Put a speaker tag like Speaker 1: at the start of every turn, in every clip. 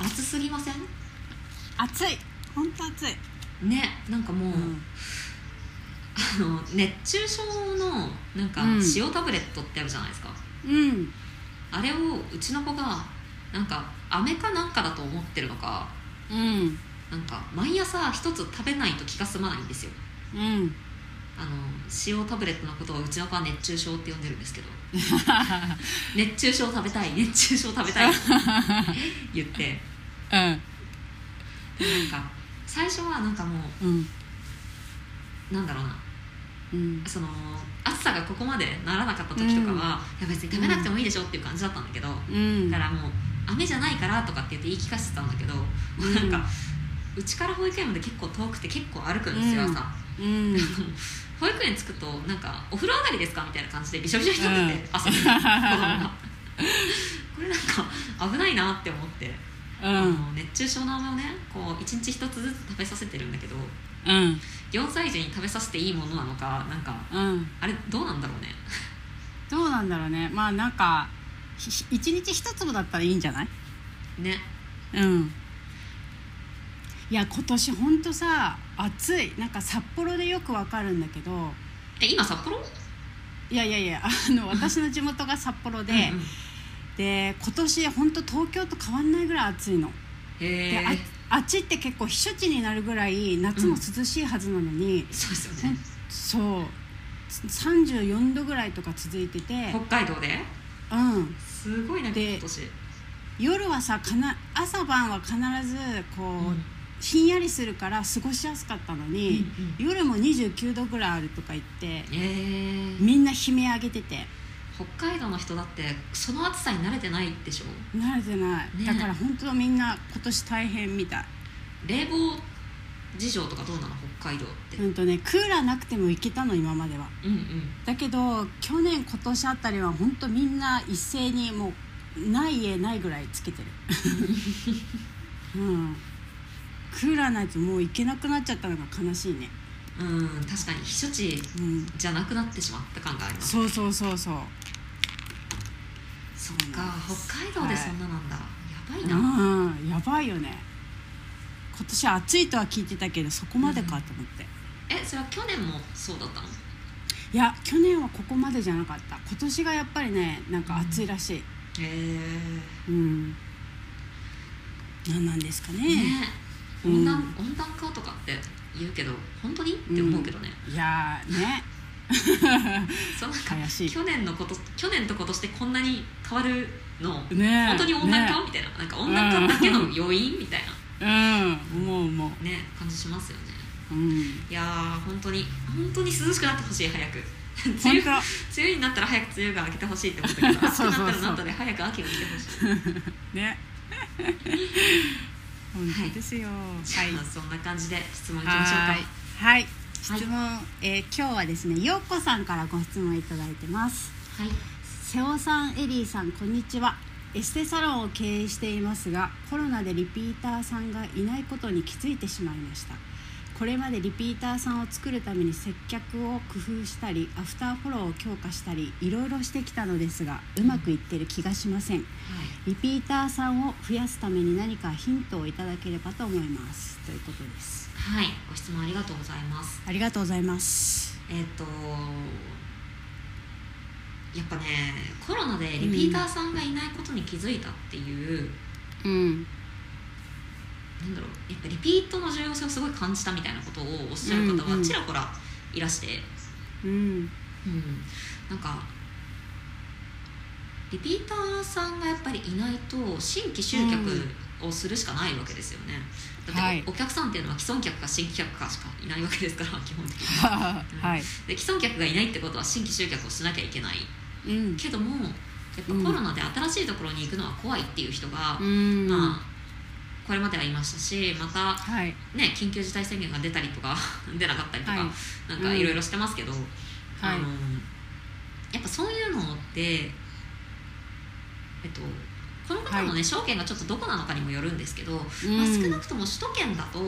Speaker 1: 暑すぎません
Speaker 2: 暑い本当暑い
Speaker 1: ねなんかもう、
Speaker 2: うん
Speaker 1: あの熱中症のなんか
Speaker 2: うん
Speaker 1: 塩タブレットってあるじゃないですか、
Speaker 2: うん
Speaker 1: あれをうちの子がなんか飴かなんかだと思ってるのか
Speaker 2: うん
Speaker 1: なんか毎朝一つ食べないと気が済まないんですよ
Speaker 2: うん
Speaker 1: あの塩タブレットのことをうちの子は熱中症って呼んでるん ですけど熱中症食べたい熱中症食べたいって言ってで
Speaker 2: うん
Speaker 1: なんか最初はなんかも
Speaker 2: うん
Speaker 1: うなんだろうな
Speaker 2: うん
Speaker 1: その暑さがここまでならなかった時とかは、いや別に食べなくてもいいでしょっていう感じだったんだけど、
Speaker 2: うん
Speaker 1: だからもう雨じゃないからとかって言って言い聞かせてたんだけど、
Speaker 2: うん
Speaker 1: なんかうちから保育園まで結構遠くて結構歩くんですよ、
Speaker 2: うん
Speaker 1: 朝
Speaker 2: うん
Speaker 1: 保育園着くとなんかお風呂上がりですかみたいな感じでびしょびしょになってて、
Speaker 2: うん
Speaker 1: 朝に子供が これなんか危ないなって思って、
Speaker 2: う
Speaker 1: あ
Speaker 2: ん
Speaker 1: の熱中症の飴をねこう1日1つずつ食べさせてるんだけど
Speaker 2: うん
Speaker 1: 4歳児に食べさせていいものなのかなんか
Speaker 2: うん
Speaker 1: あれどうなんだろうね
Speaker 2: どうなんだろうねまあなんかひ一日一粒だったらいいんじゃない
Speaker 1: ね
Speaker 2: うんいや今年ほんとさ暑いなんか札幌でよくわかるんだけど
Speaker 1: え今札幌
Speaker 2: いやいやいやあの私の地元が札幌で、
Speaker 1: うんうん
Speaker 2: で今年ほんと東京と変わんないぐらい暑いの、
Speaker 1: へ
Speaker 2: で
Speaker 1: え
Speaker 2: ああっちって結構避暑地になるぐらい夏も涼しいはずなのに、
Speaker 1: そうですよね
Speaker 2: そう34度ぐらいとか続いてて、
Speaker 1: 北海道で
Speaker 2: うん、
Speaker 1: すごいね
Speaker 2: で
Speaker 1: 今年
Speaker 2: 夜はさかな朝晩は必ずこう、ひんやりするから過ごしやすかったのに、夜も29度ぐらいあるとか言って
Speaker 1: えー、
Speaker 2: みんな悲鳴上げてて
Speaker 1: 北海道の人だってその暑さに慣れてないでしょ
Speaker 2: 慣れてない、
Speaker 1: ねえ
Speaker 2: だから本当みんな今年大変みたい
Speaker 1: 冷房事情とかどうなの北海道って
Speaker 2: うんとねクーラーなくても行けたの今までは
Speaker 1: うんうん
Speaker 2: だけど去年今年あたりは本当みんな一斉にもうない家ないぐらいつけてるうんクーラーないともう行けなくなっちゃったのが悲しいね
Speaker 1: うん確かに避暑地
Speaker 2: うん
Speaker 1: じゃなくなってしまった感があります
Speaker 2: そうそうそうそう
Speaker 1: そっ
Speaker 2: う
Speaker 1: か
Speaker 2: なんです
Speaker 1: 北海道でそんななんだ、やばいな、
Speaker 2: うんやばいよね今年暑いとは聞いてたけどそこまでかと思って、
Speaker 1: えそれは去年もそうだったの
Speaker 2: いや去年はここまでじゃなかった今年がやっぱりねなんか暑いらしい
Speaker 1: へえ
Speaker 2: うん、なんなんですかね
Speaker 1: ね
Speaker 2: う
Speaker 1: 温
Speaker 2: ん
Speaker 1: 暖、温暖化とかって言うけど本当にって思うけどね、
Speaker 2: いやーね
Speaker 1: そうなんか
Speaker 2: 怪しい
Speaker 1: 去年のこと去年と今年でこんなに変わるの
Speaker 2: ね
Speaker 1: 本当に温暖化、みたいななんか温暖化だけの要因みたい
Speaker 2: ねうんもうもう
Speaker 1: なね感じしますよね
Speaker 2: うん
Speaker 1: いやー本当に本当に涼しくなってほしい早く梅雨
Speaker 2: 本
Speaker 1: 梅雨になったら早く梅雨が明けてほしいって思ったけど暑く
Speaker 2: そう
Speaker 1: なっ
Speaker 2: そうそう
Speaker 1: たらなったで早く秋を見てほしい
Speaker 2: 当ね本当ですよはい
Speaker 1: じゃあそんな感じで質問いきましょうか
Speaker 2: はいはい質問、えー今日はですねようこさんからご質問いただいてます
Speaker 1: はい
Speaker 2: 瀬尾さんエリーさんこんにちはエステサロンを経営していますがコロナでリピーターさんがいないことに気づいてしまいましたこれまでリピーターさんを作るために接客を工夫したりアフターフォローを強化したりいろいろしてきたのですがうまくいってる気がしませんリピーターさんを増やすために何かヒントをいただければと思いますということです
Speaker 1: はい、はい、ご質問ありがとうございます
Speaker 2: ありがとうございます
Speaker 1: えっ、とやっぱねコロナでリピーターさんがいないことに気づいたっていう、
Speaker 2: うん
Speaker 1: なんだろうやっぱリピートの重要性をすごい感じたみたいなことをおっしゃる方
Speaker 2: うんう
Speaker 1: は
Speaker 2: ん
Speaker 1: ちらほらいらして、
Speaker 2: うん
Speaker 1: うんなんかリピーターさんがやっぱりいないと新規集客をするしかないわけですよね、
Speaker 2: うん
Speaker 1: だ
Speaker 2: は
Speaker 1: っ
Speaker 2: い
Speaker 1: てお客さんっていうのは既存客か新規客かしかいないわけですから基本的に
Speaker 2: はい
Speaker 1: で既存客がいないってことは新規集客をしなきゃいけない
Speaker 2: うん
Speaker 1: けどもやっぱコロナで新しいところに行くのは怖いっていう人が、
Speaker 2: うん
Speaker 1: まあこれまではいましたしまた
Speaker 2: はい
Speaker 1: ね、緊急事態宣言が出たりとか 出なかったりとか、
Speaker 2: はい
Speaker 1: なんか
Speaker 2: うん
Speaker 1: いろいろしてますけど、
Speaker 2: は
Speaker 1: あ
Speaker 2: い
Speaker 1: のやっぱそういうのって、えっと、この方のね、
Speaker 2: は
Speaker 1: 証券がちょっとどこなのかにもよるんですけど、
Speaker 2: うん
Speaker 1: まあ、少なくとも首都圏だと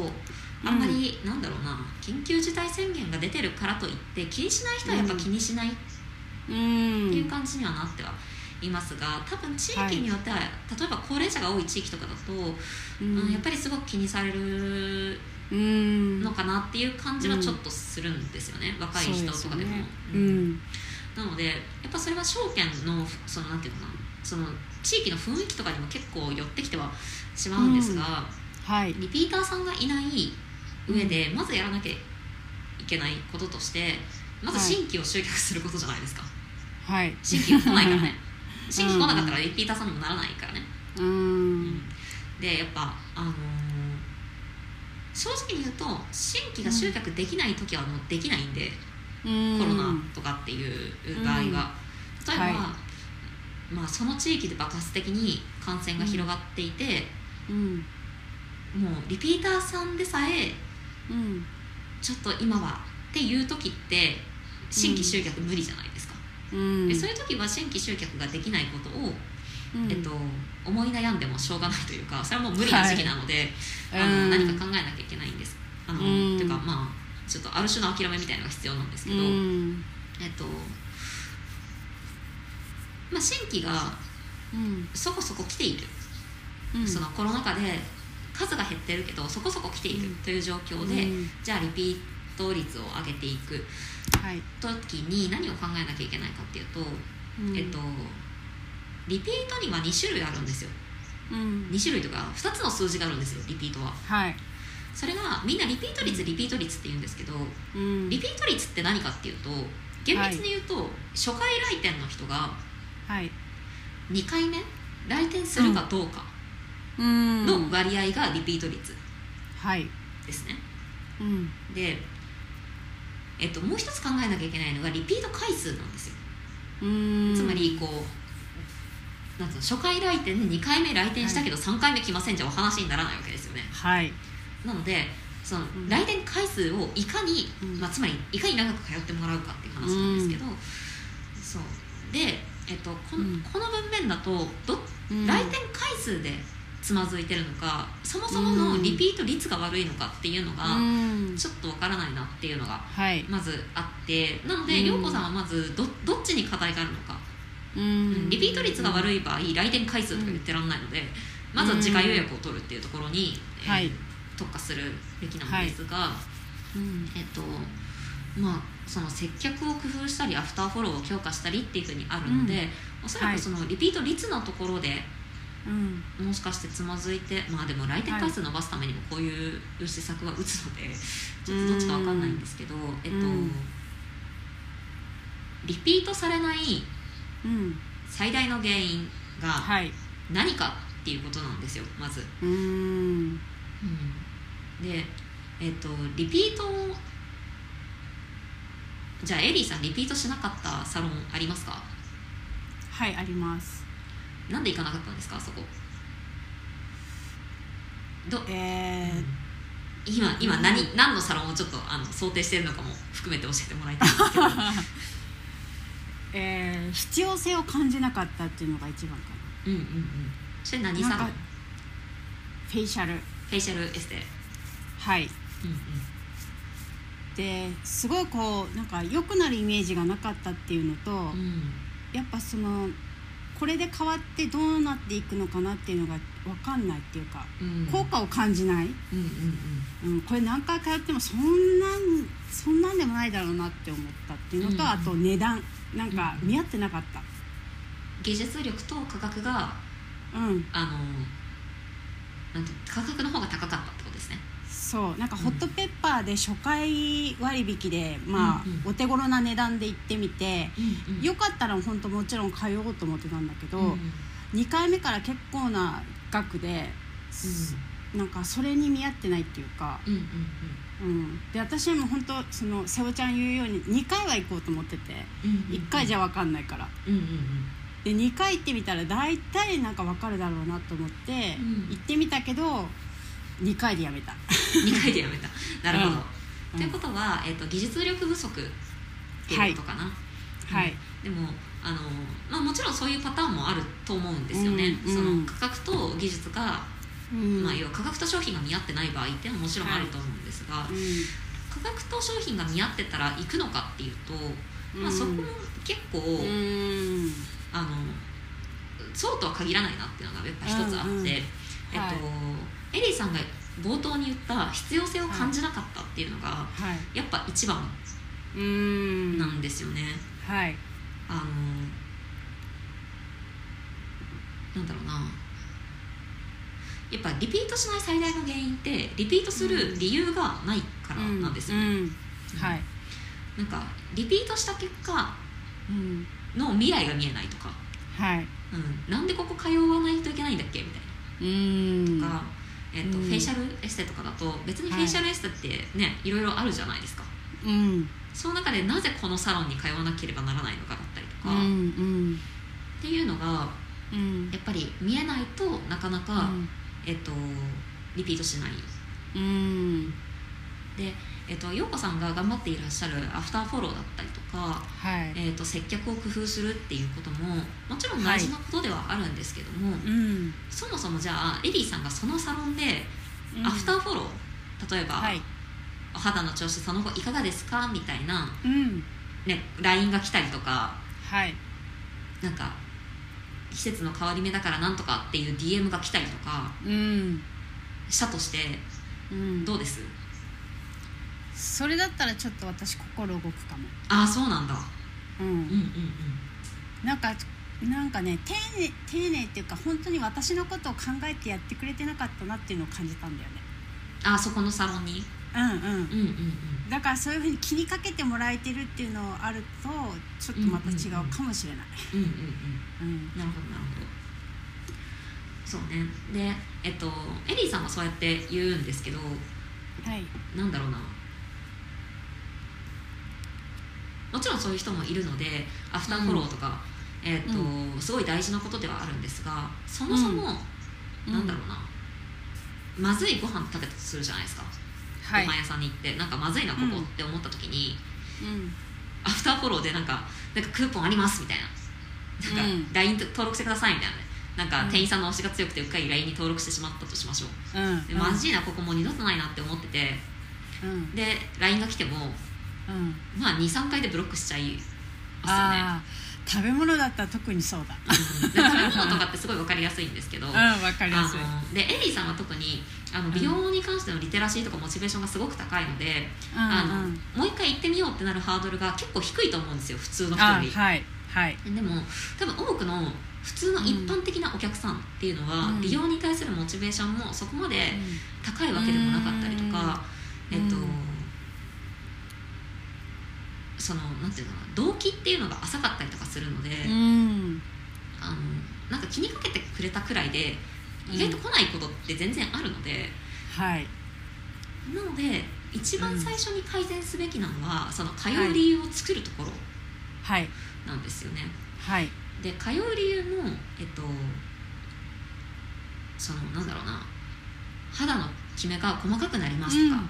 Speaker 1: あんまり、なんだろうな緊急事態宣言が出てるからといって気にしない人はやっぱ気にしないっ
Speaker 2: うん
Speaker 1: ていう感じにはなってはいますが多分地域によっては、例えば高齢者が多い地域とかだと、
Speaker 2: う
Speaker 1: うん
Speaker 2: ん
Speaker 1: やっぱりすごく気にされる
Speaker 2: うん
Speaker 1: のかなっていう感じはちょっとするんですよね、若い人とかでも。
Speaker 2: そうですよねうん
Speaker 1: なのでやっぱそれは証券のそのなんていうのかなその地域の雰囲気とかにも結構寄ってきてはしまうんですが、
Speaker 2: はい
Speaker 1: リピーターさんがいない上でまずやらなきゃいけないこととしてまず新規を集客することじゃないですか、
Speaker 2: はい
Speaker 1: 新規が来ないからね新規来なかったらリピーターさんにもならないからね、
Speaker 2: う
Speaker 1: うん
Speaker 2: ん
Speaker 1: でやっぱあのー正直に言うと新規が集客できない時はもうできないんで、
Speaker 2: うん
Speaker 1: コロナとかっていう場合は、
Speaker 2: うん
Speaker 1: 例えば、
Speaker 2: は
Speaker 1: まあ、その地域で爆発的に感染が広がっていて、
Speaker 2: うん
Speaker 1: もうリピーターさんでさえ
Speaker 2: うん
Speaker 1: ちょっと今はっていう時って新規集客無理じゃないですか、
Speaker 2: うん
Speaker 1: でそういう時は新規集客ができないことを、
Speaker 2: うん
Speaker 1: えっと、思い悩んでもしょうがないというかそれはもう無理な時期なので、あの
Speaker 2: うん
Speaker 1: 何か考えなきゃいけないんですあの、
Speaker 2: うん
Speaker 1: ていうかまあちょっとある種の諦めみたいなのが必要なんですけど、
Speaker 2: うん
Speaker 1: えっとまあ、新規が
Speaker 2: うん
Speaker 1: そこそこ来ている、
Speaker 2: うん
Speaker 1: そのコロナ禍で数が減ってるけどそこそこ来ているという状況で、
Speaker 2: うん
Speaker 1: じゃあリピート率を上げていく
Speaker 2: はい
Speaker 1: 時に何を考えなきゃいけないかっていうと、
Speaker 2: うん
Speaker 1: えっとリピートには2種類あるんですよ
Speaker 2: うん
Speaker 1: 2種類とか2つの数字があるんですよリピートは
Speaker 2: はい
Speaker 1: それがみんなリピート率リピート率って言うんですけど
Speaker 2: うん
Speaker 1: リピート率って何かっていうと厳密に言うと、初回来店の人が
Speaker 2: はい
Speaker 1: 2回目来店するかどうか
Speaker 2: うん
Speaker 1: の割合がリピート率
Speaker 2: はい
Speaker 1: ですね、
Speaker 2: うん
Speaker 1: で、えっと、もう一つ考えなきゃいけないのがリピート回数なんですよ、
Speaker 2: うん
Speaker 1: つまりこうなんつうの初回来店で2回目来店したけど3回目来ませんじゃお話にならないわけですよね
Speaker 2: はい
Speaker 1: なのでその
Speaker 2: ん
Speaker 1: 来店回数をいかに、
Speaker 2: うん
Speaker 1: まあ、つまりいかに長く通ってもらうかっていう話なんですけど、そうで、えっと、この
Speaker 2: うん
Speaker 1: この文面だとどっ
Speaker 2: うん
Speaker 1: 来店回数でつまずいてるのかそもそものリピート率が悪いのかっていうのが
Speaker 2: うん
Speaker 1: ちょっとわからないなっていうのが
Speaker 2: はい
Speaker 1: まずあってなの
Speaker 2: う
Speaker 1: で
Speaker 2: ん
Speaker 1: 陽子さんはまずどどっちに課題があるのか、
Speaker 2: う
Speaker 1: うん
Speaker 2: ん
Speaker 1: リピート率が悪い場合来店回数とか言ってらんないのでまずは次回予約を取るっていうところに、えー
Speaker 2: はい
Speaker 1: 特化するべきなんですが、
Speaker 2: うん
Speaker 1: えっとまあ、その接客を工夫したりアフターフォローを強化したりっていうふうにあるので、おそら
Speaker 2: は
Speaker 1: く
Speaker 2: い
Speaker 1: そのリピート率のところで
Speaker 2: うん
Speaker 1: もしかしてつまずいてまあでも来店回数伸ばすためにもこういう施策は打つので、ちょっとどっちかわかんないんですけど、えっと、
Speaker 2: うん
Speaker 1: リピートされない
Speaker 2: うん
Speaker 1: 最大の原因が
Speaker 2: はい
Speaker 1: 何かっていうことなんですよまず。
Speaker 2: うん
Speaker 1: で、えっと、リピートをじゃあエリーさんリピートしなかったサロンありますか
Speaker 2: はいあります
Speaker 1: なんで行かなかったんですかあそこど
Speaker 2: えー
Speaker 1: 今今何,、何のサロンをちょっとあの想定してるのかも含めて教えてもらいたいんですけど
Speaker 2: えー必要性を感じなかったっていうのが一番か な
Speaker 1: うんうんうんそれ何サロ
Speaker 2: な
Speaker 1: ン
Speaker 2: んかフェイシャル
Speaker 1: フェイシャルエステ
Speaker 2: はい
Speaker 1: うんうん
Speaker 2: ですごいこうなんか良くなるイメージがなかったっていうのと、
Speaker 1: うん
Speaker 2: やっぱそのこれで変わってどうなっていくのかなっていうのが分かんないっていうか、
Speaker 1: うん
Speaker 2: 効果を感じない、
Speaker 1: うんうん
Speaker 2: うん、これ何回通ってもそんなんそんなんでもないだろうなって思ったっていうのと、
Speaker 1: うん
Speaker 2: あと値段なんか
Speaker 1: うん
Speaker 2: 見合ってなかった
Speaker 1: うん技術力と価格が
Speaker 2: うん
Speaker 1: あのなんていうの価格の方が高かったってことですね
Speaker 2: そうなんかホットペッパーで初回割引で、まあ
Speaker 1: うんうん
Speaker 2: お手頃な値段で行ってみて、
Speaker 1: うん
Speaker 2: よかったら本当もちろん通おうと思ってたんだけど、
Speaker 1: うんうん
Speaker 2: 2回目から結構な額で、なんかそれに見合ってないっていうか、
Speaker 1: うんうんうん
Speaker 2: うん、で私はもう本当その瀬尾ちゃん言うように2回は行こうと思ってて
Speaker 1: うんうん
Speaker 2: 1回じゃ分かんないから。
Speaker 1: うんうんうん
Speaker 2: で2回行ってみたら大体なんか分かるだろうなと思って、
Speaker 1: うん
Speaker 2: 行ってみたけど2回でやめた。
Speaker 1: 2回でやめ たなるほど、
Speaker 2: うん
Speaker 1: ということは、えっと技術力不足っていうことかな、
Speaker 2: はい、
Speaker 1: でもあの、まあ、もちろんそういうパターンもあると思うんですよね、
Speaker 2: うんうん
Speaker 1: その価格と技術が、
Speaker 2: うん
Speaker 1: まあ、要は価格と商品が見合ってない場合っていうのはもちろんあると思うんですが、
Speaker 2: う
Speaker 1: 価格と商品が見合ってたら行くのかっていうと、
Speaker 2: ん
Speaker 1: まあ、そこも結構、
Speaker 2: うん
Speaker 1: あのそうとは限らないなっていうのがやっぱ一つあって、
Speaker 2: うんうん
Speaker 1: えっと
Speaker 2: はい
Speaker 1: エリーさんが冒頭に言った必要性を感じなかったっていうのが、
Speaker 2: はい
Speaker 1: やっぱ一番
Speaker 2: うーん
Speaker 1: なんですよね。
Speaker 2: はい
Speaker 1: あのなんだろうなやっぱリピートしない最大の原因ってリピートする理由がないからなんですよ、
Speaker 2: うんうんはい
Speaker 1: なんかリピートした結果
Speaker 2: うん
Speaker 1: の未来が見えないとか、
Speaker 2: はい
Speaker 1: うん、なんでここ通わないといけないんだっけみたいな
Speaker 2: うーん
Speaker 1: とか、えっと
Speaker 2: うん
Speaker 1: フェイシャルエステとかだと別にフェイシャルエステってね、い、ろいろあるじゃないですか
Speaker 2: うん
Speaker 1: その中でなぜこのサロンに通わなければならないのかだったりと
Speaker 2: う
Speaker 1: か、っ
Speaker 2: ん
Speaker 1: ていうのが
Speaker 2: うんうん
Speaker 1: やっぱり見えないとなかなか、えっとリピートしない
Speaker 2: うん
Speaker 1: で、えっと陽子さんが頑張っていらっしゃるアフターフォローだったりとか、
Speaker 2: はい
Speaker 1: えっと接客を工夫するっていうことももちろん大事なことではあるんですけども、
Speaker 2: うん
Speaker 1: そもそもじゃあエリーさんがそのサロンでアフターフォロー例えば、
Speaker 2: はい
Speaker 1: お肌の調子その後いかがですかみたいな、
Speaker 2: うん
Speaker 1: ね、LINE が来たりとか
Speaker 2: はい
Speaker 1: なんか季節の変わり目だからなんとかっていう DM が来たりとか
Speaker 2: うん
Speaker 1: したとして
Speaker 2: うん
Speaker 1: どうです
Speaker 2: それだったらちょっと私心動くかも
Speaker 1: ああそうなんだ
Speaker 2: う
Speaker 1: うんんうん
Speaker 2: なんかなんかね丁寧丁寧っていうか本当に私のことを考えてやってくれてなかったなっていうのを感じたんだよね
Speaker 1: うんあーそこのサロンに
Speaker 2: うんうん
Speaker 1: うんうん
Speaker 2: だからそういうふうに気にかけてもらえてるっていうのあるとちょっとまた違うかもしれない、
Speaker 1: うんうんうんうん
Speaker 2: うん
Speaker 1: なるほどなるほどそうねでえっとエリーさんはそうやって言うんですけど
Speaker 2: はい
Speaker 1: なんだろうなもちろんそういう人もいるのでアフターフォローとか、えーとすごい大事なことではあるんですがそもそも、なんだろうな、まずいご飯食べたとするじゃないですか、
Speaker 2: はい
Speaker 1: ご飯屋さんに行ってなんかまずいなここって思った時に、
Speaker 2: うん
Speaker 1: アフターフォローでなんかなんかクーポンありますみたいななんか、
Speaker 2: うん
Speaker 1: LINE と登録してくださいみたいなねなん
Speaker 2: う
Speaker 1: か
Speaker 2: ん
Speaker 1: 店員さんの推しが強くてうっかり LINE に登録してしまったとしましょう
Speaker 2: うん
Speaker 1: でまずいなここもう二度とないなって思ってて
Speaker 2: うん
Speaker 1: で LINE が来ても
Speaker 2: うん
Speaker 1: まあ23回でブロックしちゃいま
Speaker 2: あー食べ物だったら特にそうだ
Speaker 1: すよねで食べ物とかってすごい分かりやすいんですけど、
Speaker 2: うん
Speaker 1: あ
Speaker 2: わかりやすい
Speaker 1: のでエリーさんは特にあの
Speaker 2: ん
Speaker 1: 美容に関してのリテラシーとかモチベーションがすごく高いので、
Speaker 2: うん
Speaker 1: あの
Speaker 2: うん
Speaker 1: もう一回行ってみようってなるハードルが結構低いと思うんですよ普通の人よ
Speaker 2: あ
Speaker 1: り。
Speaker 2: はいはい
Speaker 1: でも多分多くの普通の一般的なお客さんっていうのは、
Speaker 2: うん
Speaker 1: 美容に対するモチベーションもそこまで高いわけでもなかったりとか、
Speaker 2: うん
Speaker 1: えっと、
Speaker 2: うん
Speaker 1: そのなんていうのかな動機っていうのが浅かったりとかするので、
Speaker 2: うん
Speaker 1: あのなんか気にかけてくれたくらいで
Speaker 2: うん
Speaker 1: 意外と来ないことって全然あるので、
Speaker 2: はい
Speaker 1: なので一番最初に改善すべきなのは、その通
Speaker 2: は
Speaker 1: う
Speaker 2: い
Speaker 1: 理由を作るところ
Speaker 2: はい
Speaker 1: なんですよね。
Speaker 2: はい
Speaker 1: で通う理由もえっとそのなんだろうな肌のキメが細かくなりますとか、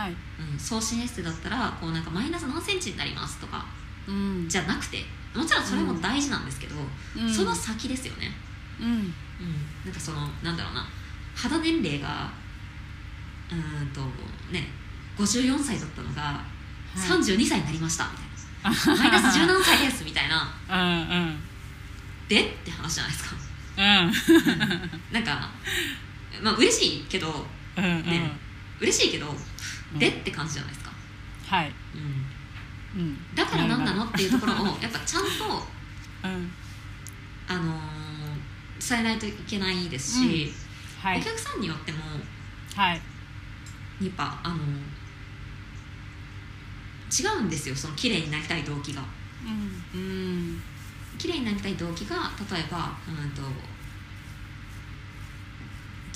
Speaker 2: はい
Speaker 1: うん送信エステだったらこうなんかマイナス何センチになりますとか
Speaker 2: うん
Speaker 1: じゃなくてもちろんそれも大事なんですけど、
Speaker 2: うん
Speaker 1: その先ですよね、
Speaker 2: うん
Speaker 1: うん、なんかそのなんだろうな肌年齢がうーんとね54歳だったのが
Speaker 2: はい
Speaker 1: 32歳になりましたみたいな、マイナス17歳ですみたいな
Speaker 2: うんうん
Speaker 1: でって話じゃないですか
Speaker 2: うん
Speaker 1: なんかまあ嬉しいけど
Speaker 2: うんうん
Speaker 1: ね嬉しいけど、
Speaker 2: うん
Speaker 1: でって感じじゃないですか、
Speaker 2: はい、
Speaker 1: うん、
Speaker 2: うん、
Speaker 1: だから何なのっていうところを
Speaker 2: うん
Speaker 1: やっぱちゃんと、あのー伝えないといけないですし、
Speaker 2: は
Speaker 1: お
Speaker 2: い
Speaker 1: 客さんによっても
Speaker 2: はい
Speaker 1: やっぱあのー違うんですよその綺麗になりたい動機が
Speaker 2: うんうん
Speaker 1: 綺麗になりたい動機が例えばうんと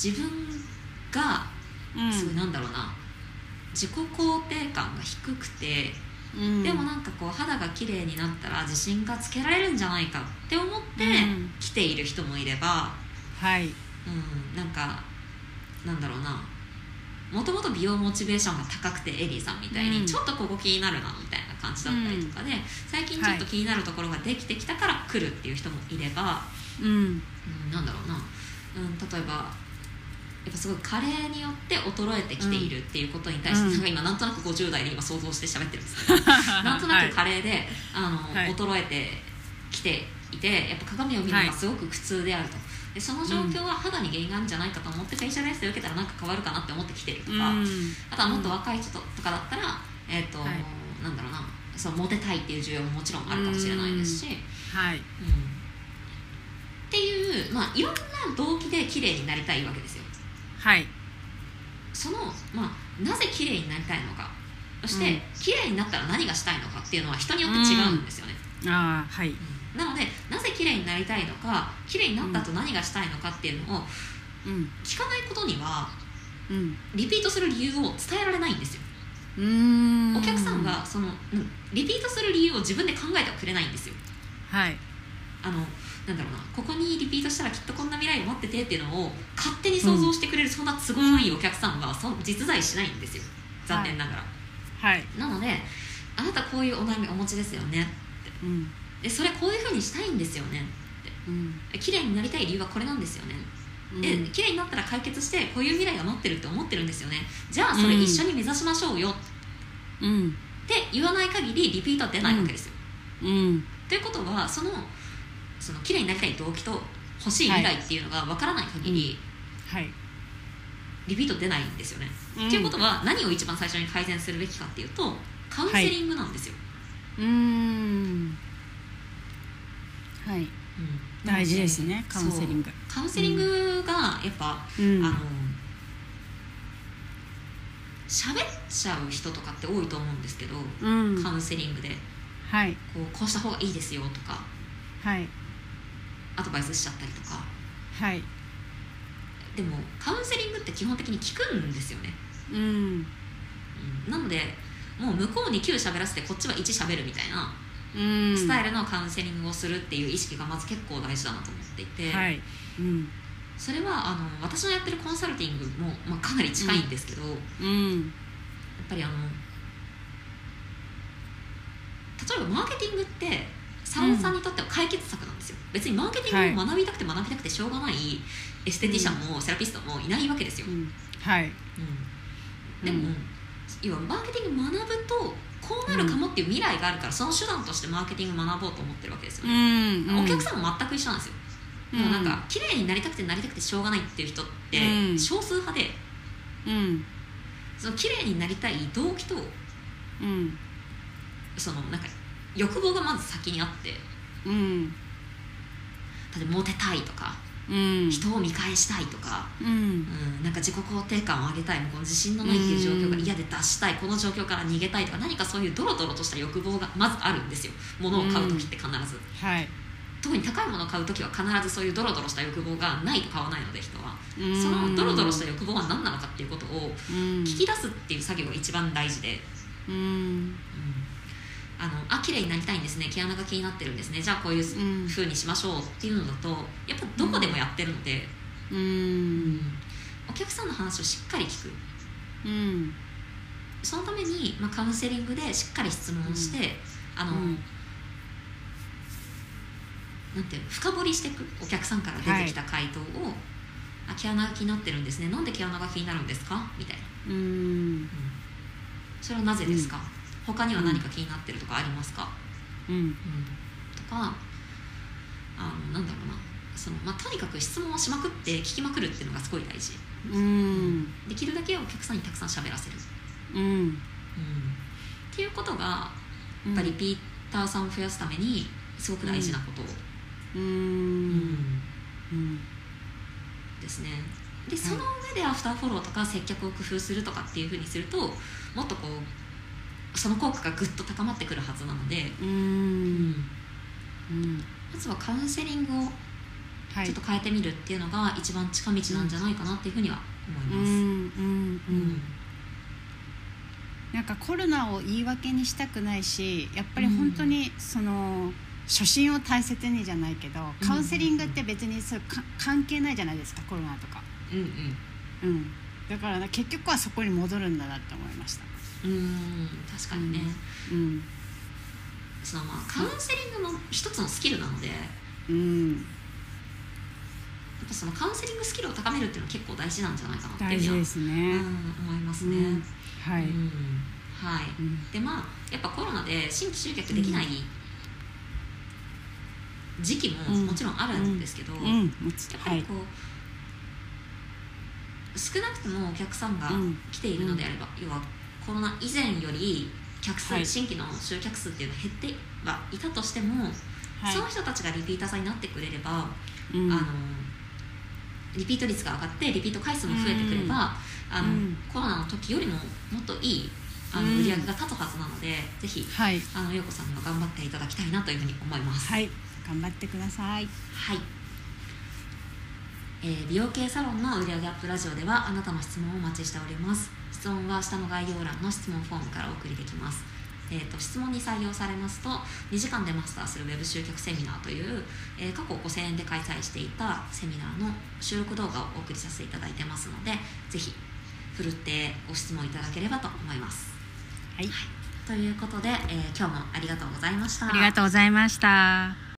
Speaker 1: 自分が
Speaker 2: うん
Speaker 1: すごいなんだろうな、自己肯定感が低くて
Speaker 2: うん
Speaker 1: でもなんかこう肌が綺麗になったら自信がつけられるんじゃないかって思って
Speaker 2: うん
Speaker 1: 来ている人もいれば、
Speaker 2: はい
Speaker 1: うん、なんかなんだろうなもともと美容モチベーションが高くてエリーさんみたいに、
Speaker 2: うん
Speaker 1: ちょっとここ気になるなみたいな感じだったりとかで、最近ちょっと気になるところができてきたから来るっていう人もいれば、
Speaker 2: うん
Speaker 1: うん、なんだろうな、うん、例えばやっぱすごい加齢によって衰えてきているっていうことに対して、
Speaker 2: うん
Speaker 1: なんか今なんとなく50代で今想像して喋ってるんですけどなんとなく加齢で、あの
Speaker 2: はい
Speaker 1: 衰えてきていてやっぱ鏡を見るのがすごく苦痛であると、でその状況は肌に原因があるんじゃないかと思ってフェイシャルエステを受けたらなんか変わるかなって思ってきてるとか、あとはもっと若い人とかだったら、えっと
Speaker 2: はい
Speaker 1: なんだろうなそうモテたいっていう需要ももちろんあるかもしれないですし、
Speaker 2: はい
Speaker 1: っていう、まあ、いろんな動機で綺麗になりたいわけですよ
Speaker 2: はい
Speaker 1: その、まあ、なぜ綺麗になりたいのかそして、
Speaker 2: うん
Speaker 1: 綺麗になったら何がしたいのかっていうのは人によって違うんですよね、
Speaker 2: ああはい
Speaker 1: なのでなぜ綺麗になりたいのか綺麗になった後何がしたいのかっていうのを
Speaker 2: うん
Speaker 1: 聞かないことには
Speaker 2: うん
Speaker 1: リピートする理由を伝えられないんですよ
Speaker 2: うーん
Speaker 1: お客さんがその、うんリピートする理由を自分で考えてはくれないんですよ
Speaker 2: はい
Speaker 1: あのなんだろうなここにリピートしたらきっとこんな未来を待っててっていうのを勝手に想像してくれる、そんな都合のいいお客さんはそん実在しないんですよ残念ながら、
Speaker 2: はい
Speaker 1: なのであなたこういうお悩みお持ちですよね
Speaker 2: うん
Speaker 1: でそれこういうふうにしたいんですよね
Speaker 2: うん
Speaker 1: 綺麗になりたい理由はこれなんですよねで
Speaker 2: うん
Speaker 1: 綺麗になったら解決してこういう未来が待ってるって思ってるんですよねじゃあそれ一緒に目指しましょうよっ
Speaker 2: うん
Speaker 1: て言わない限りリピートは出ないわけですよ、
Speaker 2: うん
Speaker 1: ということはそのその綺麗になりたい動機と欲しい未来っていうのが分からない限り、
Speaker 2: はい
Speaker 1: リピート出ないんですよね。
Speaker 2: うん
Speaker 1: っていうことは何を一番最初に改善するべきかっていうとカウンセリングなんですよ。
Speaker 2: うーんはい
Speaker 1: うん
Speaker 2: 大事ですねカウンセリング
Speaker 1: そうカウンセリングがやっぱ、
Speaker 2: うん
Speaker 1: あの喋っちゃう人とかって多いと思うんですけど、
Speaker 2: うん
Speaker 1: カウンセリングで
Speaker 2: はい
Speaker 1: こうこうした方がいいですよとか
Speaker 2: はい
Speaker 1: アドバイスしちゃったりとか
Speaker 2: はい
Speaker 1: でもカウンセリングって基本的に聞くんですよね。
Speaker 2: うん
Speaker 1: うんなのでもう向こうに9喋らせてこっちは1喋るみたいな
Speaker 2: うん
Speaker 1: スタイルのカウンセリングをするっていう意識がまず結構大事だなと思っていて、
Speaker 2: はいうん
Speaker 1: それはあの私のやってるコンサルティングも、まあ、かなり近いんですけど、やっ
Speaker 2: うん
Speaker 1: ぱりあの例えばマーケティングってサロンさんにとっては解決策なんですよ、別にマーケティングを学びたくて学びたくてしょうがないエステティシャンもセラピストもいないわけですよ、
Speaker 2: うんはい
Speaker 1: でも、
Speaker 2: うん
Speaker 1: 要はマーケティング学ぶとこうなるかもっていう未来があるから、その手段としてマーケティング学ぼうと思ってるわけですよ
Speaker 2: う
Speaker 1: ね、
Speaker 2: んう
Speaker 1: お客さんも全く一緒なんですよもうなんか綺麗になりたくてなりたくてしょうがないっていう人って
Speaker 2: うん
Speaker 1: 少数派で、
Speaker 2: うん
Speaker 1: その綺麗になりたい動機と
Speaker 2: うん
Speaker 1: そのなんか欲望がまず先にあって
Speaker 2: うん
Speaker 1: 例えばモテたいとか
Speaker 2: うん
Speaker 1: 人を見返したいとか、
Speaker 2: うん
Speaker 1: うん、なんか自己肯定感を上げたいもうこの自信のないっていう状況が嫌で脱したいこの状況から逃げたいとか何かそういうドロドロとした欲望がまずあるんですよ物を買う時って必ず、
Speaker 2: はい
Speaker 1: 特に高いものを買う時は必ずそういうドロドロした欲望がないと買わないので人は、
Speaker 2: うん
Speaker 1: そのドロドロした欲望は何なのかっていうことを
Speaker 2: うん
Speaker 1: 聞き出すっていう作業が一番大事で、
Speaker 2: うん
Speaker 1: あのあ綺麗になりたいんですね毛穴が気になってるんですねじゃあこういう
Speaker 2: う
Speaker 1: ふ
Speaker 2: ん
Speaker 1: うにしましょうっていうのだとやっぱどこでもやってるので、
Speaker 2: う
Speaker 1: うん
Speaker 2: ん
Speaker 1: お客さんの話をしっかり聞く
Speaker 2: うん
Speaker 1: そのために、まあ、カウンセリングでしっかり質問をして、あの、
Speaker 2: うん
Speaker 1: なんていうの深掘りしていくお客さんから出てきた回答を、あ毛穴が気になってるんですねなんで毛穴が気になるんですかみたいな、
Speaker 2: うん
Speaker 1: それはなぜですか、他には何か気になってるとかありますか、
Speaker 2: うん
Speaker 1: とかあのなんだろうなその、まあ、とにかく質問をしまくって聞きまくるっていうのがすごい大事
Speaker 2: うん
Speaker 1: できるだけお客さんにたくさん喋らせる、
Speaker 2: うん
Speaker 1: っていうことがやっぱりリピーターさんを増やすためにすごく大事なこと、う
Speaker 2: う
Speaker 1: ん
Speaker 2: うん
Speaker 1: ですねでその上でアフターフォローとか接客を工夫するとかっていうふうにするともっとこうその効果がぐっと高まってくるはずなので、
Speaker 2: うんうん
Speaker 1: まずはカウンセリングを
Speaker 2: はい
Speaker 1: ちょっと変えてみるっていうのが一番近道なんじゃないかなっていうふうには
Speaker 2: う
Speaker 1: 思います。
Speaker 2: んうん
Speaker 1: う
Speaker 2: うん
Speaker 1: ん
Speaker 2: なんかコロナを言い訳にしたくないしやっぱり本当にその、初心を大切にじゃないけど
Speaker 1: うん
Speaker 2: カウンセリングって別にそうか関係ないじゃないですかコロナとか、
Speaker 1: うん
Speaker 2: うん、だからな結局はそこに戻るんだなって思いました、
Speaker 1: うんうん確かにね、
Speaker 2: うん
Speaker 1: そのまあカウンセリングの一つのスキルなのでや
Speaker 2: うん、
Speaker 1: っぱそのカウンセリングスキルを高めるっていうのは結構大事なんじゃないかなってい
Speaker 2: 大
Speaker 1: うふ
Speaker 2: 事
Speaker 1: うに
Speaker 2: で
Speaker 1: は、
Speaker 2: す
Speaker 1: うん、
Speaker 2: ね、
Speaker 1: 思いますね、
Speaker 2: うんはい、
Speaker 1: うんはい
Speaker 2: うん
Speaker 1: でまあやっぱコロナで新規集客できない時期も
Speaker 3: うん
Speaker 1: もちろんあるんですけど、
Speaker 3: う
Speaker 1: やっ
Speaker 3: んもち
Speaker 1: ぱ
Speaker 3: は
Speaker 1: り
Speaker 3: い
Speaker 1: こう、少なくともお客さんが
Speaker 3: うん
Speaker 1: 来ているのであれば、要はコロナ以前より客数、
Speaker 3: はい
Speaker 1: 新規の集客数っていうのは減ってはいたとしても、
Speaker 3: はい
Speaker 1: その人たちがリピーターさんになってくれれば、
Speaker 3: うん
Speaker 1: あのリピート率が上がってリピート回数も増えてくれば、あの
Speaker 3: うん
Speaker 1: コロナの時よりももっといいあ
Speaker 3: う
Speaker 1: の
Speaker 3: ん
Speaker 1: 売り上げが立つはずなので、ぜひ
Speaker 3: はい
Speaker 1: あの陽子さんには頑張っていただきたいなというふうに思います。
Speaker 3: はい頑張ってください
Speaker 1: はい、えー美容系サロンの売り上げアップラジオではあなたの質問をお待ちしております質問は下の概要欄の質問フォームからお送りできますえー、と質問に採用されますと2時間でマスターするウェブ集客セミナーという、えー過去5000円で開催していたセミナーの収録動画をお送りさせていただいてますのでぜひふるってご質問いただければと思います。
Speaker 3: はい
Speaker 1: ということで、えー今日もありがとうございました。
Speaker 3: ありがとうございました。